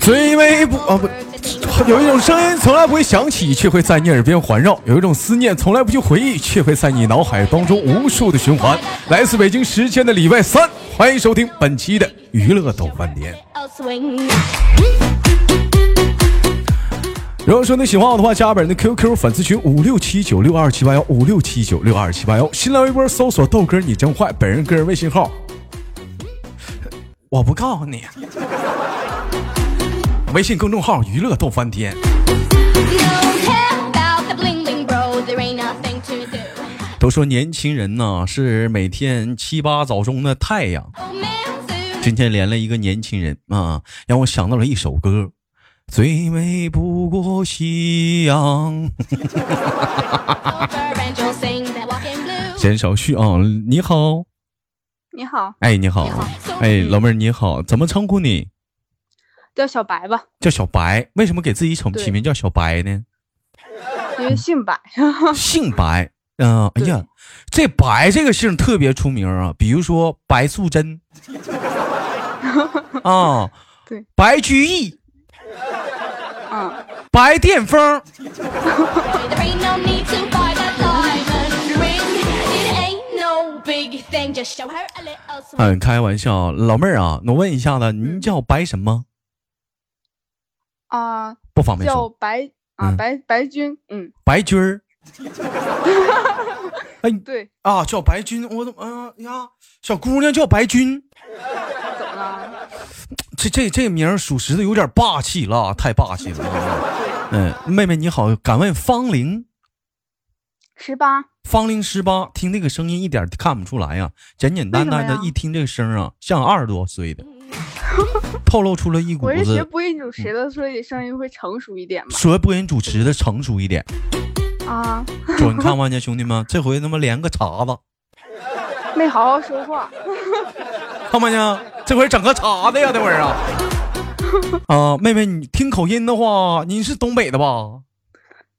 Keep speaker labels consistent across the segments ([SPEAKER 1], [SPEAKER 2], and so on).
[SPEAKER 1] 虽微不啊不，有一种声音从来不会响起，却会在你耳边环绕；有一种思念从来不去回忆，却会在你脑海当中无数的循环。来自北京时间的礼拜三，欢迎收听本期的娱乐豆瓣天。如果说你喜欢我的话，加本人的 QQ 粉丝群五六七九六二七八幺五六七九六二七八幺，新浪微博搜索豆哥你真坏，本人个人微信号，我不告诉你。微信公众号娱乐逗翻天。都说年轻人呢是每天七八早钟的太阳， 今天连了一个年轻人啊，让我想到了一首歌，最美不过夕阳。减少序啊，你好，
[SPEAKER 2] 你好，
[SPEAKER 1] 哎，你好，哎，老妹儿你好，怎么称呼你？
[SPEAKER 2] 叫小白吧，
[SPEAKER 1] 叫小白，为什么给自己起起名叫小白呢？
[SPEAKER 2] 因为姓白。
[SPEAKER 1] 姓白，嗯、哎呀，这白这个姓特别出名啊，比如说白素贞，啊，
[SPEAKER 2] 对，
[SPEAKER 1] 白居易，
[SPEAKER 2] 嗯，
[SPEAKER 1] 白癜风，嗯，开玩笑，老妹儿啊，我问一下子，您叫白什么？
[SPEAKER 2] 啊，
[SPEAKER 1] 不方便
[SPEAKER 2] 叫
[SPEAKER 1] 说。
[SPEAKER 2] 白啊，
[SPEAKER 1] 嗯
[SPEAKER 2] 白白军，嗯，
[SPEAKER 1] 白军儿
[SPEAKER 2] 对，
[SPEAKER 1] 啊，叫白军，我怎么，啊呀，小姑娘叫白军，
[SPEAKER 2] 怎么了？
[SPEAKER 1] 这这这名儿属实的有点霸气了啊，太霸气了啊。嗯，妹妹你好，敢问芳龄？
[SPEAKER 2] 十八，
[SPEAKER 1] 芳龄十八，听这个声音一点儿看不出来呀、简简单单
[SPEAKER 2] 为什
[SPEAKER 1] 的
[SPEAKER 2] 么呀
[SPEAKER 1] 一听这个声儿啊，像二十多岁 的，透露出了一股
[SPEAKER 2] 我是学
[SPEAKER 1] 子
[SPEAKER 2] 播音主持的，所以声音会成熟一点嘛。
[SPEAKER 1] 学播音主持的成熟一 点。
[SPEAKER 2] 啊，
[SPEAKER 1] 准看完见兄弟们，这回他妈连个碴子，
[SPEAKER 2] 没好好说话，
[SPEAKER 1] 看没见？这回整个碴子呀，这会儿啊。 啊，妹妹，你听口音的话，你是东北的吧？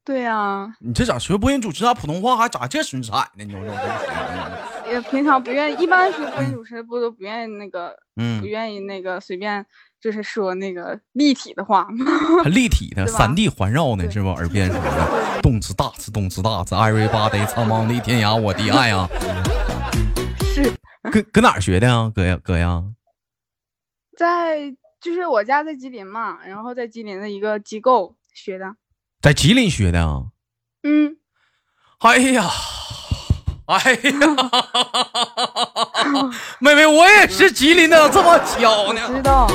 [SPEAKER 2] 对呀，
[SPEAKER 1] 你这咋学播音主持还普通话还咋这损色呢？你说这这
[SPEAKER 2] 也平常不愿意，一般学播音主持不都不愿意那个，
[SPEAKER 1] 嗯
[SPEAKER 2] 不，愿意那个随便就是说那个立体的话吗？
[SPEAKER 1] 还立体的，
[SPEAKER 2] 对吧
[SPEAKER 1] 三 D 环绕呢，是吧？耳边什么的，动次大次，动次大次，Everybody，苍茫的天涯，我的爱 啊！
[SPEAKER 2] 是
[SPEAKER 1] 搁搁哪儿学的呀？哥呀，哥呀，
[SPEAKER 2] 在就是我家在吉林嘛，然后在吉林的一个机构学的，
[SPEAKER 1] 在吉林学的啊？
[SPEAKER 2] 嗯。
[SPEAKER 1] 哎呀，哎 呀，妹妹，我也是吉林的，这么巧呢？
[SPEAKER 2] 知道，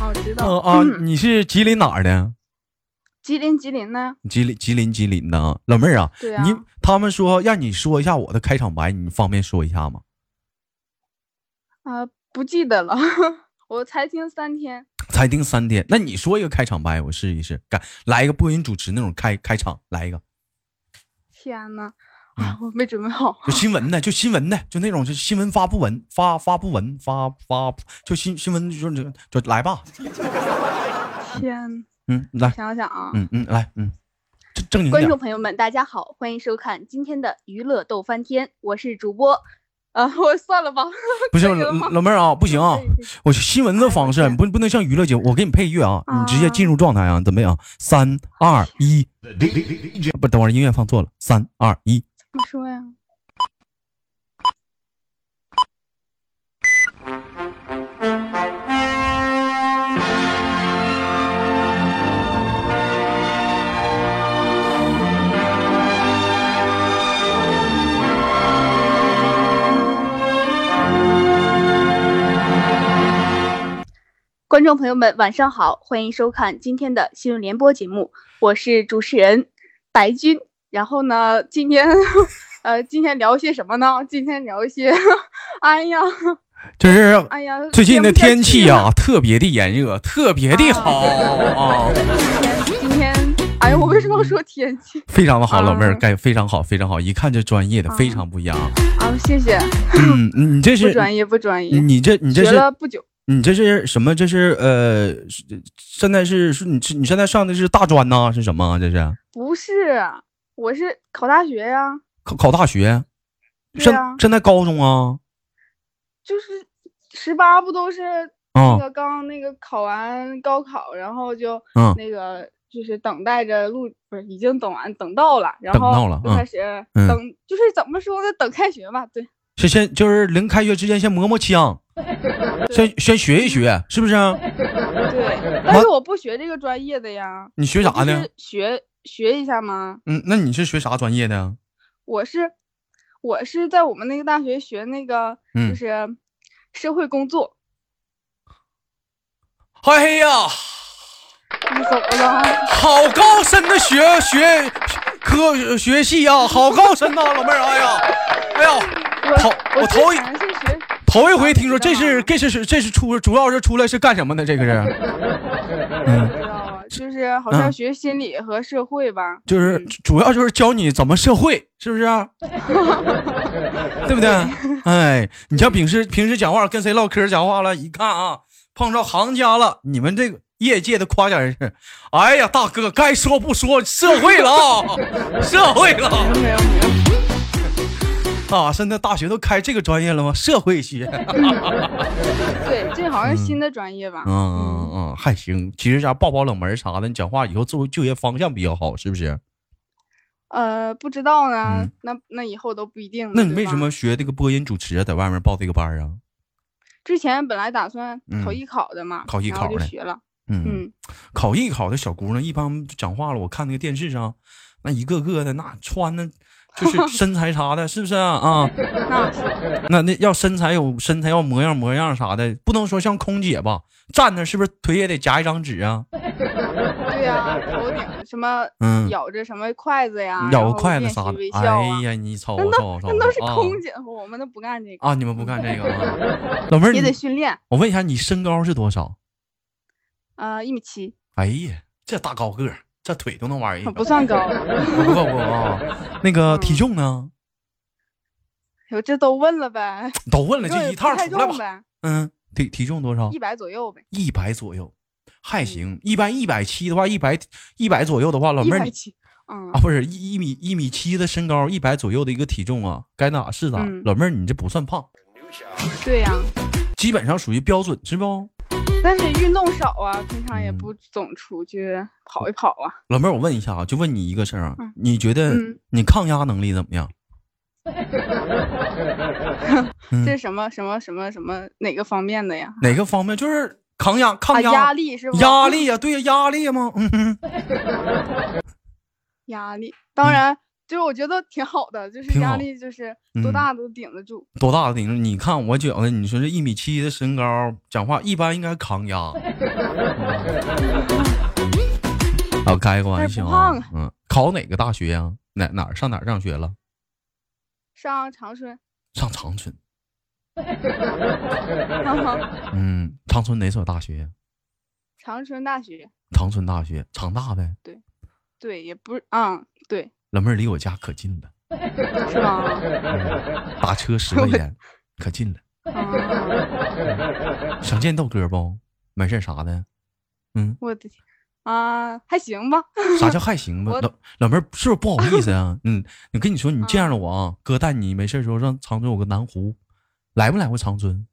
[SPEAKER 2] 我知道
[SPEAKER 1] 啊啊，
[SPEAKER 2] 嗯
[SPEAKER 1] 你是吉林哪儿的？
[SPEAKER 2] 吉林吉林呢？
[SPEAKER 1] 吉林吉林吉林的啊，老妹儿啊，
[SPEAKER 2] 对啊
[SPEAKER 1] 你他们说让你说一下我的开场白，你方便说一下吗？
[SPEAKER 2] 啊、不记得了， 我才听三天。
[SPEAKER 1] 才定三天，那你说一个开场白，我试一试，干来一个播音主持那种开开场，来一个
[SPEAKER 2] 天呐，啊，我没准备好。
[SPEAKER 1] 就新闻 的，就新闻的，就那种就新闻发布文发发布文发发就新新闻就就就来吧，
[SPEAKER 2] 天，
[SPEAKER 1] 嗯，来，
[SPEAKER 2] 想想啊，
[SPEAKER 1] 嗯嗯来，嗯，正正经
[SPEAKER 3] 观
[SPEAKER 1] 点
[SPEAKER 3] 众，朋友们，大家好，欢迎收看今天的娱乐逗翻天，我是主播。
[SPEAKER 2] 啊，我算了吧。
[SPEAKER 1] 不是
[SPEAKER 2] 这个
[SPEAKER 1] 老
[SPEAKER 2] 吗
[SPEAKER 1] 老妹儿啊，不行啊
[SPEAKER 2] 可以可以，
[SPEAKER 1] 我新闻的方
[SPEAKER 2] 啊
[SPEAKER 1] 式，你啊不不能像娱乐节目，我给你配乐啊，你直接进入状态啊，准备啊，三二一，不，等会儿音乐放错了，三二一，
[SPEAKER 2] 你说呀，
[SPEAKER 3] 观众朋友们，晚上好，欢迎收看今天的新闻联播节目，我是主持人白军。
[SPEAKER 2] 然后呢，今天，呃，今天聊一些什么呢？今天聊一些，哎呀，
[SPEAKER 1] 就是
[SPEAKER 2] 哎呀，
[SPEAKER 1] 最近的
[SPEAKER 2] 编不下
[SPEAKER 1] 天气啊
[SPEAKER 2] 去
[SPEAKER 1] 呀、
[SPEAKER 2] 了，
[SPEAKER 1] 特别的炎热，特别的好啊，
[SPEAKER 2] 今天，哎呀，我为什么要说天气
[SPEAKER 1] 非常的好，
[SPEAKER 2] 啊
[SPEAKER 1] 老妹儿，该非常好，非常好，一看就专业的，非常不一样。
[SPEAKER 2] 啊？谢谢，
[SPEAKER 1] 嗯，你这
[SPEAKER 2] 不
[SPEAKER 1] 是
[SPEAKER 2] 专业，不专业，
[SPEAKER 1] 你这你这
[SPEAKER 2] 学
[SPEAKER 1] 是
[SPEAKER 2] 了不久，
[SPEAKER 1] 你这是什么？这是呃，是现在是是你是你现在上的是大专呐？是什么啊？这是
[SPEAKER 2] 不是，我是考大学呀、
[SPEAKER 1] 考考大学？
[SPEAKER 2] 对
[SPEAKER 1] 现
[SPEAKER 2] 呀
[SPEAKER 1] 现在高中啊？
[SPEAKER 2] 就是十八不都是
[SPEAKER 1] 啊
[SPEAKER 2] 那个刚那个考完高考，然后就
[SPEAKER 1] 嗯
[SPEAKER 2] 那个就是等待着录，不是已经等完等到了，然
[SPEAKER 1] 等到
[SPEAKER 2] 后
[SPEAKER 1] 了
[SPEAKER 2] 就
[SPEAKER 1] 嗯
[SPEAKER 2] 开始
[SPEAKER 1] 嗯
[SPEAKER 2] 等，就是怎么说呢，等开学吧，对，
[SPEAKER 1] 先先就是临开学之前先磨磨枪，先先学一学，是不是啊？
[SPEAKER 2] 对，但是我不学这个专业的呀，
[SPEAKER 1] 你学
[SPEAKER 2] 学
[SPEAKER 1] 啥呢？？
[SPEAKER 2] 学学一下吗？
[SPEAKER 1] 嗯，那你是学啥专业的啊呀？
[SPEAKER 2] 我是我是在我们那个大学学那个
[SPEAKER 1] 嗯
[SPEAKER 2] 就是社会工作，
[SPEAKER 1] 哎呀，
[SPEAKER 2] 你怎么了？
[SPEAKER 1] 好高深的学学科学系啊，好高深呐、老妹儿，哎呀，哎呀，头
[SPEAKER 2] 我
[SPEAKER 1] 我
[SPEAKER 2] 之
[SPEAKER 1] 头一
[SPEAKER 2] 前是学啊
[SPEAKER 1] 头一回听说，这
[SPEAKER 2] 你知道
[SPEAKER 1] 是
[SPEAKER 2] 吗
[SPEAKER 1] 这是这是出主要是出来是干什么的？这个 是，嗯，
[SPEAKER 2] 不知道啊，就是好
[SPEAKER 1] 嗯
[SPEAKER 2] 像学心理和社会吧。
[SPEAKER 1] 就是主要就是教你怎么社会，是不是、啊？对不对？哎，你像平时平时讲话跟谁唠嗑讲话了，一看啊，碰着行家了，你们这个业界的夸奖人士，哎呀，大哥该说不说，社会了啊，社会了啊。
[SPEAKER 2] 没有没有，
[SPEAKER 1] 啊，现在大学都开这个专业了吗？社会学。
[SPEAKER 2] 对，这好像是新的专业吧？
[SPEAKER 1] 嗯嗯嗯，还行。其实啥爆爆冷门啥的，你讲话以后做就业方向比较好，是不是？
[SPEAKER 2] 呃，不知道呢，
[SPEAKER 1] 嗯
[SPEAKER 2] 那那以后都不一定了。
[SPEAKER 1] 那你
[SPEAKER 2] 对
[SPEAKER 1] 为什
[SPEAKER 2] 吧
[SPEAKER 1] 么学这个播音主持啊，在外面报这个班啊？
[SPEAKER 2] 之前本来打算考
[SPEAKER 1] 嗯
[SPEAKER 2] 艺考的嘛，
[SPEAKER 1] 考艺
[SPEAKER 2] 然后
[SPEAKER 1] 考
[SPEAKER 2] 就
[SPEAKER 1] 嘞
[SPEAKER 2] 学了。
[SPEAKER 1] 嗯，
[SPEAKER 2] 嗯，
[SPEAKER 1] 考艺考的小姑娘一般讲话了，我看那个电视上，那一个个的那穿的。就是 身材啥的，是不是啊？啊，
[SPEAKER 2] 嗯那是
[SPEAKER 1] 那那要身材有身材，要模样模样啥的，不能说像空姐吧，站那是不是腿也得夹一张纸啊？
[SPEAKER 2] 对呀、头顶什么
[SPEAKER 1] 嗯，
[SPEAKER 2] 咬着什么筷子呀，啊然
[SPEAKER 1] 咬个
[SPEAKER 2] 后
[SPEAKER 1] 筷子
[SPEAKER 2] 面
[SPEAKER 1] 啥
[SPEAKER 2] 带
[SPEAKER 1] 的
[SPEAKER 2] 微。笑啊
[SPEAKER 1] 哎呀，你瞅瞅瞅，
[SPEAKER 2] 那都是
[SPEAKER 1] 啊
[SPEAKER 2] 空姐活，我们都不干这个，
[SPEAKER 1] 啊！你们不干这个 啊？老妹儿，
[SPEAKER 2] 也得
[SPEAKER 1] 你
[SPEAKER 2] 训练。
[SPEAKER 1] 我问一下，你身高是多少？
[SPEAKER 2] 啊，一米七
[SPEAKER 1] 哎呀，这大高个儿，这腿都能玩 一个，
[SPEAKER 2] 不算高， 哎
[SPEAKER 1] 不够不够啊！那
[SPEAKER 2] 嗯
[SPEAKER 1] 个体重呢？
[SPEAKER 2] 我这都问了 呗，
[SPEAKER 1] 都问了，
[SPEAKER 2] 就
[SPEAKER 1] 这一趟
[SPEAKER 2] 太
[SPEAKER 1] 出来
[SPEAKER 2] 重
[SPEAKER 1] 吧。
[SPEAKER 2] 呗，
[SPEAKER 1] 嗯，体体重多少
[SPEAKER 2] 一？百左右呗，
[SPEAKER 1] 一百左右，还行。一般一百七的话，一百一百左右的话，老
[SPEAKER 2] 一
[SPEAKER 1] 妹儿
[SPEAKER 2] 百
[SPEAKER 1] 你
[SPEAKER 2] 七，嗯
[SPEAKER 1] 啊，，不是一一米一米七的身高，一百左右的一个体重啊，该哪是哪
[SPEAKER 2] 嗯。
[SPEAKER 1] 老妹儿，你这不算胖，
[SPEAKER 2] 对呀、
[SPEAKER 1] 基本上属于标准，是不？
[SPEAKER 2] 但是运动少啊，平常也
[SPEAKER 1] 嗯
[SPEAKER 2] 不总出去跑一跑啊。
[SPEAKER 1] 老妹儿，我问一下啊，就问你一个事儿啊
[SPEAKER 2] 嗯，
[SPEAKER 1] 你觉得
[SPEAKER 2] 嗯
[SPEAKER 1] 你抗压能力怎么样？ 嗯
[SPEAKER 2] 这是什么什么什么什么哪个方面的呀？
[SPEAKER 1] 哪个方面？就是抗压、
[SPEAKER 2] 啊，
[SPEAKER 1] 抗压、
[SPEAKER 2] 压力是吧？
[SPEAKER 1] 压力呀、对呀、压力呀嘛。嗯嗯，
[SPEAKER 2] 压力，当
[SPEAKER 1] 嗯
[SPEAKER 2] 然就是我觉得挺好的，就是
[SPEAKER 1] 挺好
[SPEAKER 2] 压力就是多
[SPEAKER 1] 嗯
[SPEAKER 2] 大都顶得住。
[SPEAKER 1] 多大的顶着？你看我觉得，你说这一米七的身高，讲话一般应该抗 压。啊，开个玩笑啊
[SPEAKER 2] 但是不。
[SPEAKER 1] 嗯，考哪个大学呀、哪哪儿上哪儿上学了？
[SPEAKER 2] 上长春，
[SPEAKER 1] 上长春。
[SPEAKER 2] 长
[SPEAKER 1] 嗯，长春哪所大学呀？
[SPEAKER 2] 春大学，
[SPEAKER 1] 长春大学，长大呗。
[SPEAKER 2] 对，也不是，嗯，对，
[SPEAKER 1] 老妹儿离我家可近 了，
[SPEAKER 2] 是吗？
[SPEAKER 1] 嗯打车十块钱，可近了。
[SPEAKER 2] 啊，
[SPEAKER 1] 想见豆哥不？没事儿啥的。嗯，
[SPEAKER 2] 我的天，啊，还行吧，
[SPEAKER 1] 啥 叫还行吧？
[SPEAKER 2] 我
[SPEAKER 1] 老老妹儿是不是不好意思 啊？嗯，你跟你说，你
[SPEAKER 2] 啊
[SPEAKER 1] 见着我啊，哥带你没事儿时候上长春有个南湖，来不来回长春？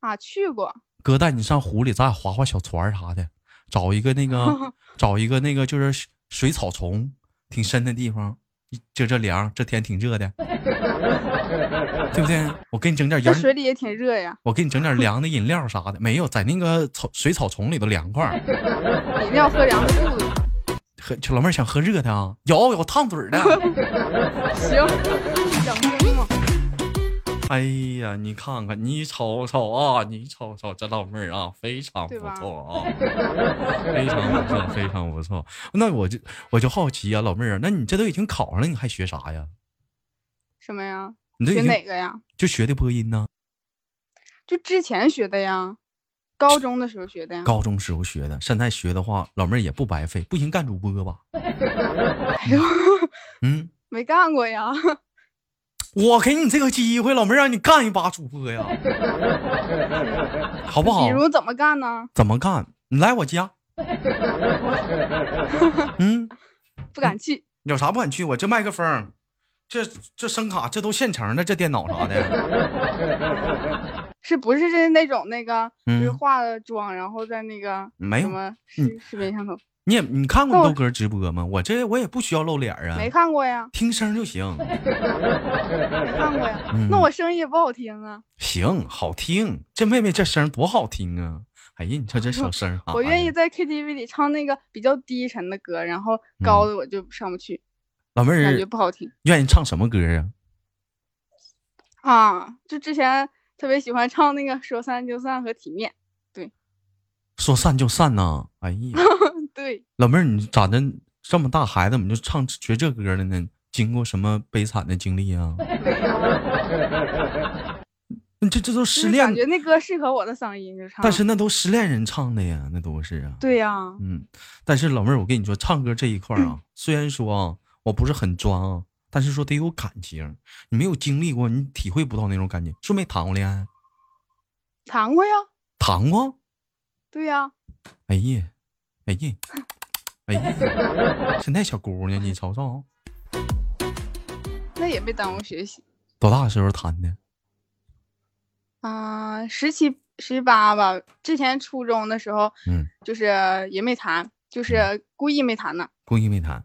[SPEAKER 2] 啊，去过，
[SPEAKER 1] 哥带你上湖里，咱俩划划小船儿啥的，找一个那 个找一个那个就是水水草丛挺深的地方，一遮遮凉，这天挺热 的，对不对？我给你整点
[SPEAKER 2] 这
[SPEAKER 1] 盐，
[SPEAKER 2] 水里也挺热呀，
[SPEAKER 1] 我给你整点凉的饮料啥的，没有，在那个草水草丛里头凉快 儿。
[SPEAKER 2] 饮料喝凉了肚子。
[SPEAKER 1] 喝，这老妹儿想喝热的啊，有有烫嘴 儿的。
[SPEAKER 2] 行，想听吗？
[SPEAKER 1] 哎呀，你看看，你瞅瞅啊，你瞅瞅这老妹儿啊，非常不
[SPEAKER 2] 对吧
[SPEAKER 1] 错啊，非常不错，非常不错。那我就我就好奇啊，老妹儿，那你这都已经考上了，你还学啥呀？
[SPEAKER 2] 什么呀？
[SPEAKER 1] 你这已
[SPEAKER 2] 学
[SPEAKER 1] 经
[SPEAKER 2] 哪个呀？
[SPEAKER 1] 就学的播音呢？
[SPEAKER 2] 就之前学的呀，高中的时候学的呀。
[SPEAKER 1] 高中时候学的，现在学的话，老妹儿也不白费，不行干主播 吧？
[SPEAKER 2] 哎呦，
[SPEAKER 1] 嗯，
[SPEAKER 2] 没干过呀。
[SPEAKER 1] 我给你这个机会，老妹儿让你干一把主播呀，好不好
[SPEAKER 2] 比？如怎么干呢？
[SPEAKER 1] 怎么干？你来我 家，嗯。
[SPEAKER 2] 不敢去。
[SPEAKER 1] 有啥不敢去？我这麦克 风，这这声卡，这都现成的，这电脑啥的。
[SPEAKER 2] 是不是是那种那个，就是
[SPEAKER 1] 嗯
[SPEAKER 2] 化了妆，然后在那个
[SPEAKER 1] 没
[SPEAKER 2] 什
[SPEAKER 1] 有嗯
[SPEAKER 2] 么视视频上头？
[SPEAKER 1] 你也你看
[SPEAKER 2] 那
[SPEAKER 1] 过
[SPEAKER 2] 我
[SPEAKER 1] 豆哥直播吗？我这我也不需要露脸啊，
[SPEAKER 2] 没看过呀，
[SPEAKER 1] 听声就行。
[SPEAKER 2] 没看过呀。
[SPEAKER 1] 嗯
[SPEAKER 2] 那我声音也不好听啊，
[SPEAKER 1] 行，好听，这妹妹这声多好听啊！哎呀，你瞅这小声哈，
[SPEAKER 2] 我愿
[SPEAKER 1] 哎
[SPEAKER 2] 意
[SPEAKER 1] 呀。
[SPEAKER 2] 在 KTV 里唱那个比较低沉的歌，然后
[SPEAKER 1] 嗯
[SPEAKER 2] 高的我就上不去，
[SPEAKER 1] 老妹
[SPEAKER 2] 感觉
[SPEAKER 1] 儿
[SPEAKER 2] 不好听
[SPEAKER 1] 愿意唱什么歌啊？
[SPEAKER 2] 啊。就之前特别喜欢唱那个《说散就散》和《体面
[SPEAKER 1] 说散就散呐、哎呀，》，
[SPEAKER 2] 对，
[SPEAKER 1] 老妹儿，你咋的这么大孩子怎么就唱学这歌了呢？经过什么悲惨的经历啊？ 你这这都
[SPEAKER 2] 就
[SPEAKER 1] 失
[SPEAKER 2] 是
[SPEAKER 1] 恋
[SPEAKER 2] 感觉，那歌适合我的嗓音就唱。
[SPEAKER 1] 但是那都失恋人唱的呀，那都是啊。
[SPEAKER 2] 对呀、
[SPEAKER 1] 嗯，但是老妹儿，我跟你说，唱歌这一块儿
[SPEAKER 2] 嗯
[SPEAKER 1] 啊，虽然说啊，我不是很专啊，但是说得有感情。你没有经历过，你体会不到那种感情。是没谈过恋爱？
[SPEAKER 2] 谈过呀，
[SPEAKER 1] 谈过？
[SPEAKER 2] 对呀、
[SPEAKER 1] 哎呀，哎呀，哎呀， 现在小姑娘，你瞅啊瞅，
[SPEAKER 2] 那也没耽误学习
[SPEAKER 1] 多大时候谈的？
[SPEAKER 2] 啊。十七、十八吧，之前初中的时候
[SPEAKER 1] 嗯，
[SPEAKER 2] 就是也没谈，就是故意没谈呢，
[SPEAKER 1] 故意没谈，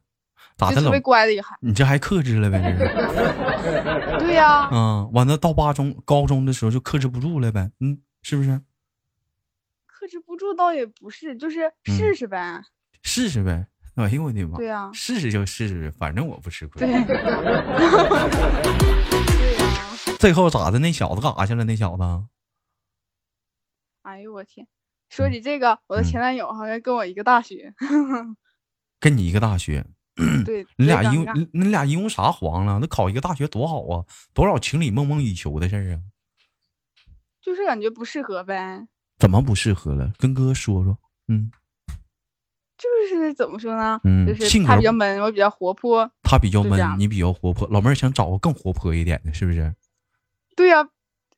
[SPEAKER 1] 咋
[SPEAKER 2] 就
[SPEAKER 1] 的
[SPEAKER 2] 特
[SPEAKER 1] 老
[SPEAKER 2] 别？乖的一个孩
[SPEAKER 1] 你这还克制了呗？这是，
[SPEAKER 2] 子。对呀、
[SPEAKER 1] 嗯，完了到八中高中的时候就克制不住了呗？嗯，是不是？
[SPEAKER 2] 克制不住倒也不是，就是试
[SPEAKER 1] 嗯
[SPEAKER 2] 试呗。
[SPEAKER 1] 试试呗。哎呦我的妈！
[SPEAKER 2] 对呀
[SPEAKER 1] 试试就试试呗，反正我不吃亏。
[SPEAKER 2] 对，对呀、
[SPEAKER 1] 最后咋的？那小子干啥去了？那小子，
[SPEAKER 2] 哎呦我天！说起这个，我的
[SPEAKER 1] 嗯
[SPEAKER 2] 前男友好像跟我一个大学，
[SPEAKER 1] 跟你一个大学，
[SPEAKER 2] 对，
[SPEAKER 1] 嗯你俩
[SPEAKER 2] 特别
[SPEAKER 1] 因
[SPEAKER 2] 尴尬
[SPEAKER 1] 为你俩因为啥黄了？那考一个大学多好啊，多少情侣梦寐以求的事儿啊！
[SPEAKER 2] 就是感觉不适合呗，
[SPEAKER 1] 怎么不适合了？跟哥说说。嗯，
[SPEAKER 2] 就是怎么说呢，
[SPEAKER 1] 嗯
[SPEAKER 2] 就是
[SPEAKER 1] 性格
[SPEAKER 2] 他比较
[SPEAKER 1] 不
[SPEAKER 2] 闷，我比较活泼。
[SPEAKER 1] 他比较
[SPEAKER 2] 就这
[SPEAKER 1] 闷，
[SPEAKER 2] 样
[SPEAKER 1] 你比较活泼。老妹儿想找个更活泼一点的，是不是？
[SPEAKER 2] 对呀、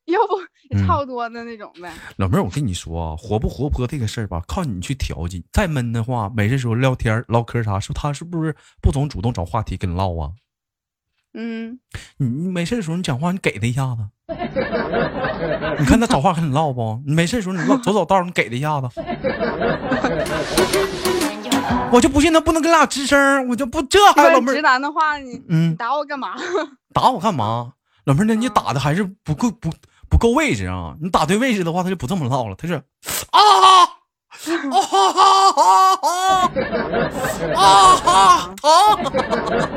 [SPEAKER 2] 要不也
[SPEAKER 1] 嗯
[SPEAKER 2] 差不多的那种呗。
[SPEAKER 1] 老妹儿，我跟你说啊，活不活泼这个事儿吧，靠你去调剂。再闷的话，没事时候聊天儿唠嗑儿啥，是他是不是不总主动找话题跟你唠啊？
[SPEAKER 2] 嗯，
[SPEAKER 1] 你你没事的时候你讲话你给他一下子，你看他找话跟你唠不？你没事的时候你唠走走道儿你给他一下子，我就不信他不能跟俩吱声儿，我就不这
[SPEAKER 2] 一
[SPEAKER 1] 还哎有老
[SPEAKER 2] 般
[SPEAKER 1] 妹
[SPEAKER 2] 直
[SPEAKER 1] 儿
[SPEAKER 2] 男的话，你你
[SPEAKER 1] 嗯
[SPEAKER 2] 打我干嘛？
[SPEAKER 1] 打我干嘛？老妹儿，那你
[SPEAKER 2] 嗯
[SPEAKER 1] 打的还是不够不不够位置啊？你打对位置的话，他就不这么唠了，他是 啊啊啊啊啊
[SPEAKER 2] 嗯
[SPEAKER 1] 疼。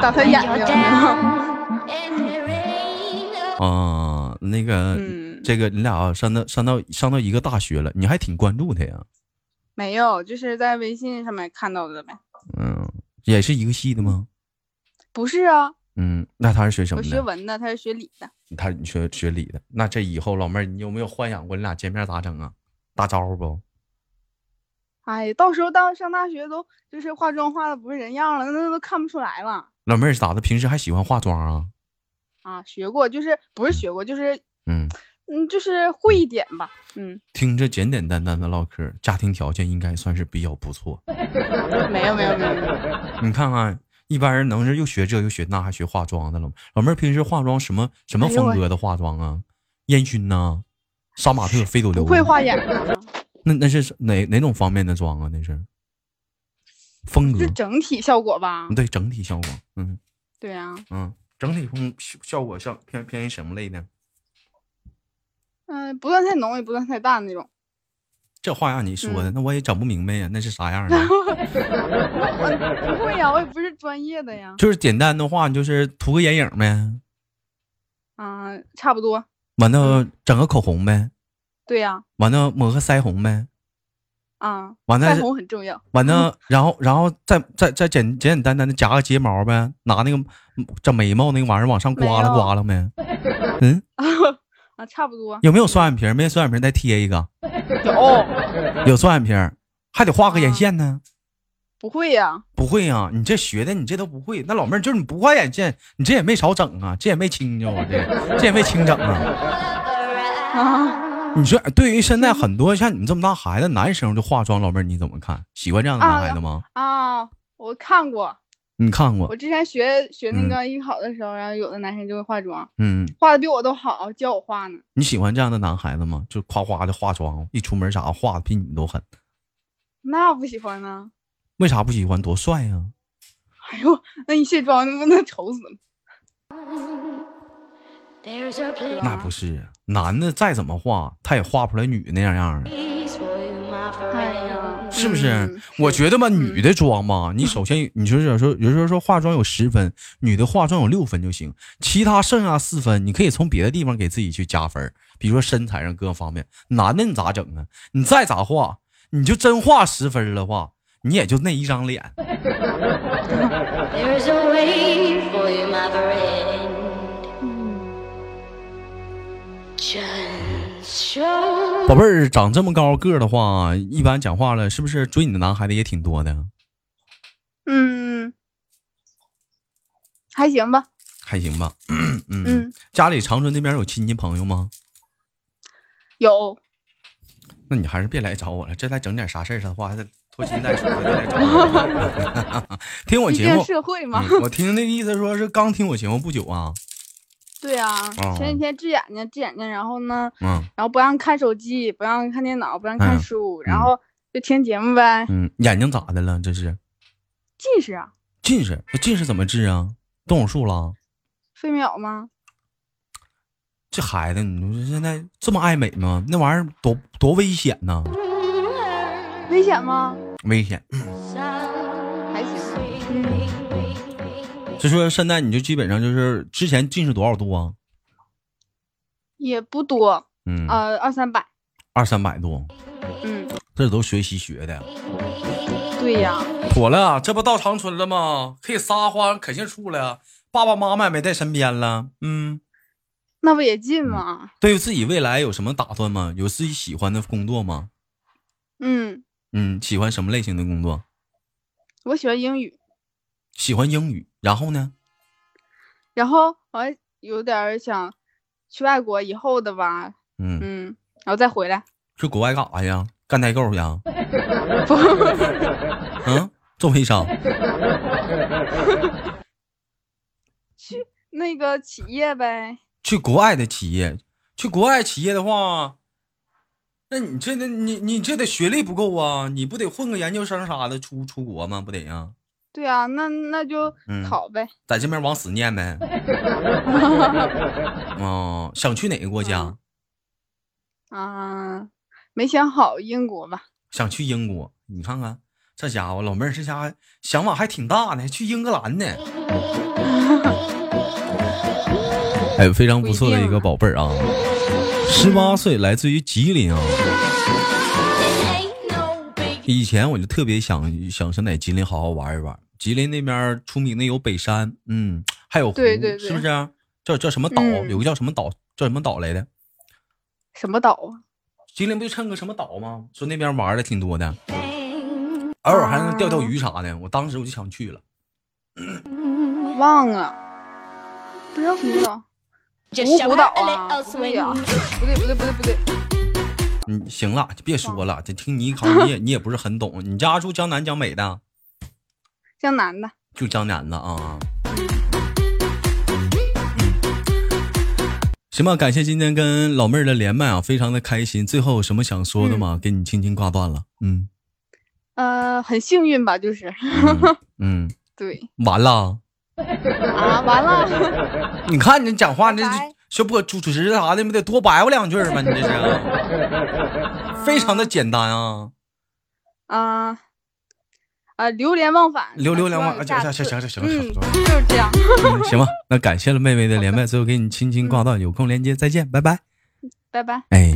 [SPEAKER 2] 打他眼睛了。
[SPEAKER 1] 啊，那个，
[SPEAKER 2] 嗯
[SPEAKER 1] 这个你俩啊上到上到上到一个大学了，你还挺关注他呀，
[SPEAKER 2] 没有，就是在微信上面看到的呗。
[SPEAKER 1] 嗯，也是一个系的吗？
[SPEAKER 2] 不是啊，
[SPEAKER 1] 嗯，那他是学什
[SPEAKER 2] 我
[SPEAKER 1] 么
[SPEAKER 2] 学
[SPEAKER 1] 的？
[SPEAKER 2] 文的，他是学理的。
[SPEAKER 1] 他你学学理的，那这以后老妹儿，你有没有幻想过你俩见面咋整啊？打招呼不？
[SPEAKER 2] 哎，到时候到上大学都就是化妆化的不是人样了，那都看不出来了
[SPEAKER 1] 老妹儿咋的？平时还喜欢化妆啊？
[SPEAKER 2] 啊。学过就是不是学过，就是
[SPEAKER 1] 嗯，
[SPEAKER 2] 嗯，就是会一点吧。嗯，
[SPEAKER 1] 听着简简单单的唠嗑儿，家庭条件应该算是比较不错。
[SPEAKER 2] 没有没有没有没有，
[SPEAKER 1] 你看看，一般人能是又学这又学那，还学化妆的了吗？老妹儿平时化妆什么什么
[SPEAKER 2] 哎呦
[SPEAKER 1] 风
[SPEAKER 2] 喂
[SPEAKER 1] 格的化妆啊？烟熏呐、杀马特、非主流
[SPEAKER 2] 不
[SPEAKER 1] 啊。
[SPEAKER 2] 会画眼睛啊，
[SPEAKER 1] 那那是哪哪种方面的妆啊？那是风格
[SPEAKER 2] 就，整体效果吧。
[SPEAKER 1] 对整体效果，嗯
[SPEAKER 2] 对啊，
[SPEAKER 1] 嗯，整体风效效果像偏偏于什么类的？
[SPEAKER 2] 嗯、不算太浓，也不算太淡那种。
[SPEAKER 1] 这话让你说的，
[SPEAKER 2] 嗯
[SPEAKER 1] 那我也整不明白呀，那是啥样啊 的？
[SPEAKER 2] 不会呀、我也不是专业的呀。
[SPEAKER 1] 就是简单的话，就是涂个眼影呗，
[SPEAKER 2] 啊、差不多。
[SPEAKER 1] 完
[SPEAKER 2] 嗯
[SPEAKER 1] 了整个口红呗，
[SPEAKER 2] 对呀、
[SPEAKER 1] 完了抹个腮红呗，
[SPEAKER 2] 啊，
[SPEAKER 1] 完了
[SPEAKER 2] 腮
[SPEAKER 1] 是
[SPEAKER 2] 红很重要。
[SPEAKER 1] 完了，然后然后再再再简简简单单的夹个睫毛呗，拿那个嗯整眉毛那个玩意儿往上刮
[SPEAKER 2] 没
[SPEAKER 1] 了
[SPEAKER 2] 有
[SPEAKER 1] 刮了没？嗯，
[SPEAKER 2] 啊，差不多
[SPEAKER 1] 有没有双眼皮儿？没双眼皮儿再贴一个，
[SPEAKER 2] 有，
[SPEAKER 1] 有双眼皮儿还得画个眼
[SPEAKER 2] 啊
[SPEAKER 1] 线呢。
[SPEAKER 2] 不会呀、
[SPEAKER 1] 不会呀、你这学的你这都不会，那老妹儿就是你不画眼线，你这也没少整啊，这也没轻着啊，这这也没轻整啊。
[SPEAKER 2] 啊
[SPEAKER 1] 你说对于现在很多像你这么大孩子，男生就化妆，老妹儿你怎么看？喜欢这样的男孩子吗？
[SPEAKER 2] 啊，我看过，
[SPEAKER 1] 你看过
[SPEAKER 2] 啊我？之前学学那个艺考的时候，然后有的男生就会化妆，
[SPEAKER 1] 嗯，
[SPEAKER 2] 画的比我都好，教我画呢。
[SPEAKER 1] 你喜欢这样的男孩子吗？就夸夸的化妆，一出门啥化的比你们都狠，
[SPEAKER 2] 那不喜欢呢？
[SPEAKER 1] 为啥不喜欢？多帅啊呀、
[SPEAKER 2] 哎呦，那一卸妆那不能 丑死了？
[SPEAKER 4] There's a
[SPEAKER 2] 啊
[SPEAKER 1] 那不是，男的再怎么化，他也化不出来女的那样样的。
[SPEAKER 4] place for you, my
[SPEAKER 2] 哎
[SPEAKER 4] friend.
[SPEAKER 2] 呀，
[SPEAKER 1] 是不是？
[SPEAKER 2] 嗯
[SPEAKER 1] 我觉得吧，女的妆吧，你首先你就是有时候有时候说化妆有十分，女的化妆有六分就行，其他剩下四分你可以从别的地方给自己去加分儿，比如说身材上各个方面。男的你咋整啊？你再咋化，你就真化十分的话，你也就那一张脸。
[SPEAKER 4] There's a way for you, my friend. Just show
[SPEAKER 1] 宝贝儿长这么高个儿的话，一般讲话了，是不是追你的男孩子也挺多的？
[SPEAKER 2] 嗯，还行吧。
[SPEAKER 1] 还行吧， 嗯嗯
[SPEAKER 2] 嗯。
[SPEAKER 1] 家里长春那边有亲戚朋友吗？
[SPEAKER 2] 有，
[SPEAKER 1] 那你还是别来找我了，这再整点啥事儿的话，还得拖泥带水的再来找我。听我
[SPEAKER 2] 毕
[SPEAKER 1] 节
[SPEAKER 2] 竟
[SPEAKER 1] 目，
[SPEAKER 2] 社会嘛。
[SPEAKER 1] 嗯我听那意思说是刚听我节目不久啊，
[SPEAKER 2] 对啊，
[SPEAKER 1] 哦
[SPEAKER 2] 前几天治眼睛，治眼睛，然后呢，
[SPEAKER 1] 嗯
[SPEAKER 2] 然后不让看手机，不让看电脑，不让
[SPEAKER 1] 嗯
[SPEAKER 2] 看书，
[SPEAKER 1] 嗯
[SPEAKER 2] 然后就听节目呗。
[SPEAKER 1] 嗯，眼睛咋的了？这是
[SPEAKER 2] 近视啊，
[SPEAKER 1] 近视，近视怎么治啊？动手术了？
[SPEAKER 2] 飞秒吗？
[SPEAKER 1] 这孩子，你说现在这么爱美吗？那玩意儿多多危险呐、
[SPEAKER 2] 危险吗？
[SPEAKER 1] 危险！
[SPEAKER 2] 还行。
[SPEAKER 1] 就说现在你就基本上就是之前近视多少度啊？
[SPEAKER 2] 也不多，
[SPEAKER 1] 嗯，
[SPEAKER 2] 呃，二三百。
[SPEAKER 1] 二三百度，
[SPEAKER 2] 嗯，
[SPEAKER 1] 这都学习学的。
[SPEAKER 2] 对呀、
[SPEAKER 1] 妥了，这不到长春了吗？可以撒欢，肯定处了。爸爸妈妈也没在身边了，嗯，
[SPEAKER 2] 那不也近吗？
[SPEAKER 1] 对自己未来有什么打算吗？有自己喜欢的工作吗？
[SPEAKER 2] 嗯，
[SPEAKER 1] 嗯，喜欢什么类型的工作？
[SPEAKER 2] 我喜欢英语，
[SPEAKER 1] 喜欢英语，然后呢？
[SPEAKER 2] 然后我还有点儿想去外国以后的吧，
[SPEAKER 1] 嗯，
[SPEAKER 2] 嗯，然后再回来。
[SPEAKER 1] 去国外干啥呀？干代购呀？嗯，做微商。
[SPEAKER 2] 那个企业呗，
[SPEAKER 1] 去国外的企业，去国外企业的话，那你这那你你这得学历不够啊，你不得混个研究生啥的出出国吗？不得呀、
[SPEAKER 2] 对啊，那那就
[SPEAKER 1] 嗯
[SPEAKER 2] 考呗。
[SPEAKER 1] 在这边往死念呗。 哦，想去哪个国家？
[SPEAKER 2] 啊，没想好英国吧？
[SPEAKER 1] 想去英国。你看看这家伙，老妹儿这家伙想法还挺大呢，还去英格兰呢。哎，非嗯常不错的一个宝贝儿啊，十八岁，来自于吉林啊。以前我就特别想想想在吉林好好玩一玩，吉林那边儿出名的有北山，嗯，还有湖，
[SPEAKER 2] 对对对
[SPEAKER 1] 是不是、叫叫什么岛？
[SPEAKER 2] 嗯
[SPEAKER 1] 有个叫什么岛？叫什么岛来的？
[SPEAKER 2] 什么岛啊？
[SPEAKER 1] 吉林不就趁个什么岛吗？说那边玩的挺多
[SPEAKER 2] 啊
[SPEAKER 1] 的，偶尔还能钓钓鱼啥的。我当时我就想去了，
[SPEAKER 2] 忘了，不知道什么岛。芜湖岛啊？不对呀、不对不对不对不对，
[SPEAKER 1] 嗯，行了，就别说
[SPEAKER 2] 啊
[SPEAKER 1] 了。这听你一考，你也你也不是很懂。你家住江南江北的，
[SPEAKER 2] 江南的。
[SPEAKER 1] 就江南的啊。行吧，感谢今天跟老妹儿的连麦啊，非常的开心。最后有什么想说的
[SPEAKER 2] 嗯
[SPEAKER 1] 吗？给你轻轻挂断了。嗯
[SPEAKER 2] 呃，很幸运吧，就是
[SPEAKER 1] 嗯嗯，
[SPEAKER 2] 对
[SPEAKER 1] 完了。
[SPEAKER 2] 啊，完了。
[SPEAKER 1] 你看你讲话，那
[SPEAKER 2] 拜拜
[SPEAKER 1] 小播主主持啥的，不得多白话两句吗？你这是，非常的简单啊，
[SPEAKER 2] 啊、啊，流连忘返，
[SPEAKER 1] 流流连忘，
[SPEAKER 2] 啊
[SPEAKER 1] 啊
[SPEAKER 2] 希望
[SPEAKER 1] 行
[SPEAKER 2] 有
[SPEAKER 1] 行行
[SPEAKER 2] 下次
[SPEAKER 1] 行行了，差不多了，
[SPEAKER 2] 就是这样。
[SPEAKER 1] 嗯行吧。那感谢了妹妹的连麦，最后给你轻轻挂断，有空连接，再见，拜拜。
[SPEAKER 2] 拜拜。
[SPEAKER 1] 哎。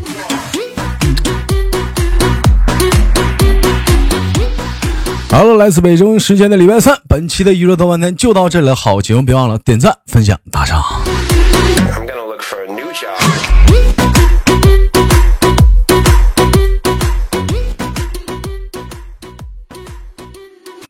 [SPEAKER 1] 好了，来自北京时间的礼拜三，本期的娱乐豆瓣天就到这里了。好节目，别忘了点赞、分享、打赏。
[SPEAKER 5] I'm gonna look for a new job.